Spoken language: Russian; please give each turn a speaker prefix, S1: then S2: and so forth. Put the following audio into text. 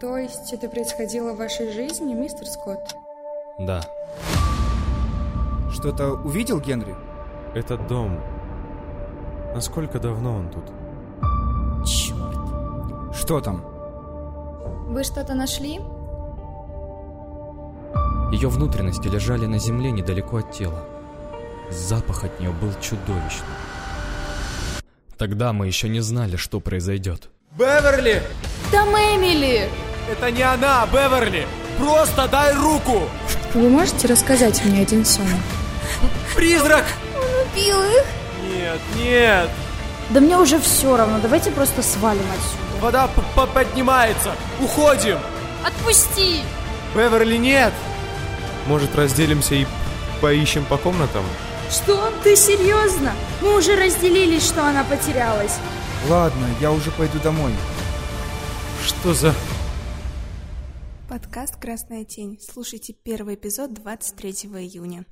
S1: То есть это происходило в вашей жизни, мистер Скотт?
S2: Да.
S3: Что-то увидел Генри?
S2: Этот дом. Насколько давно он тут?
S4: Черт.
S3: Что там?
S4: Вы что-то нашли?
S5: Ее внутренности лежали на земле недалеко от тела. Запах от нее был чудовищным. Тогда мы еще не знали, что произойдет.
S6: Беверли!
S4: Там Эмили!
S6: Это не она, Беверли! Просто дай руку!
S1: Вы можете рассказать мне один сон?
S6: Призрак!
S4: Убил их!
S6: Нет, нет!
S7: Да мне уже все равно, давайте просто свалим отсюда.
S6: Вода п- п- поднимается! Уходим!
S4: Отпусти!
S6: Беверли, нет!
S2: Может, разделимся и поищем по комнатам?
S7: Что? Ты серьезно? Мы уже разделились, что она потерялась.
S3: Ладно, я уже пойду домой.
S2: Что за...
S8: Подкаст «Красная тень». Слушайте первый эпизод 23 июня.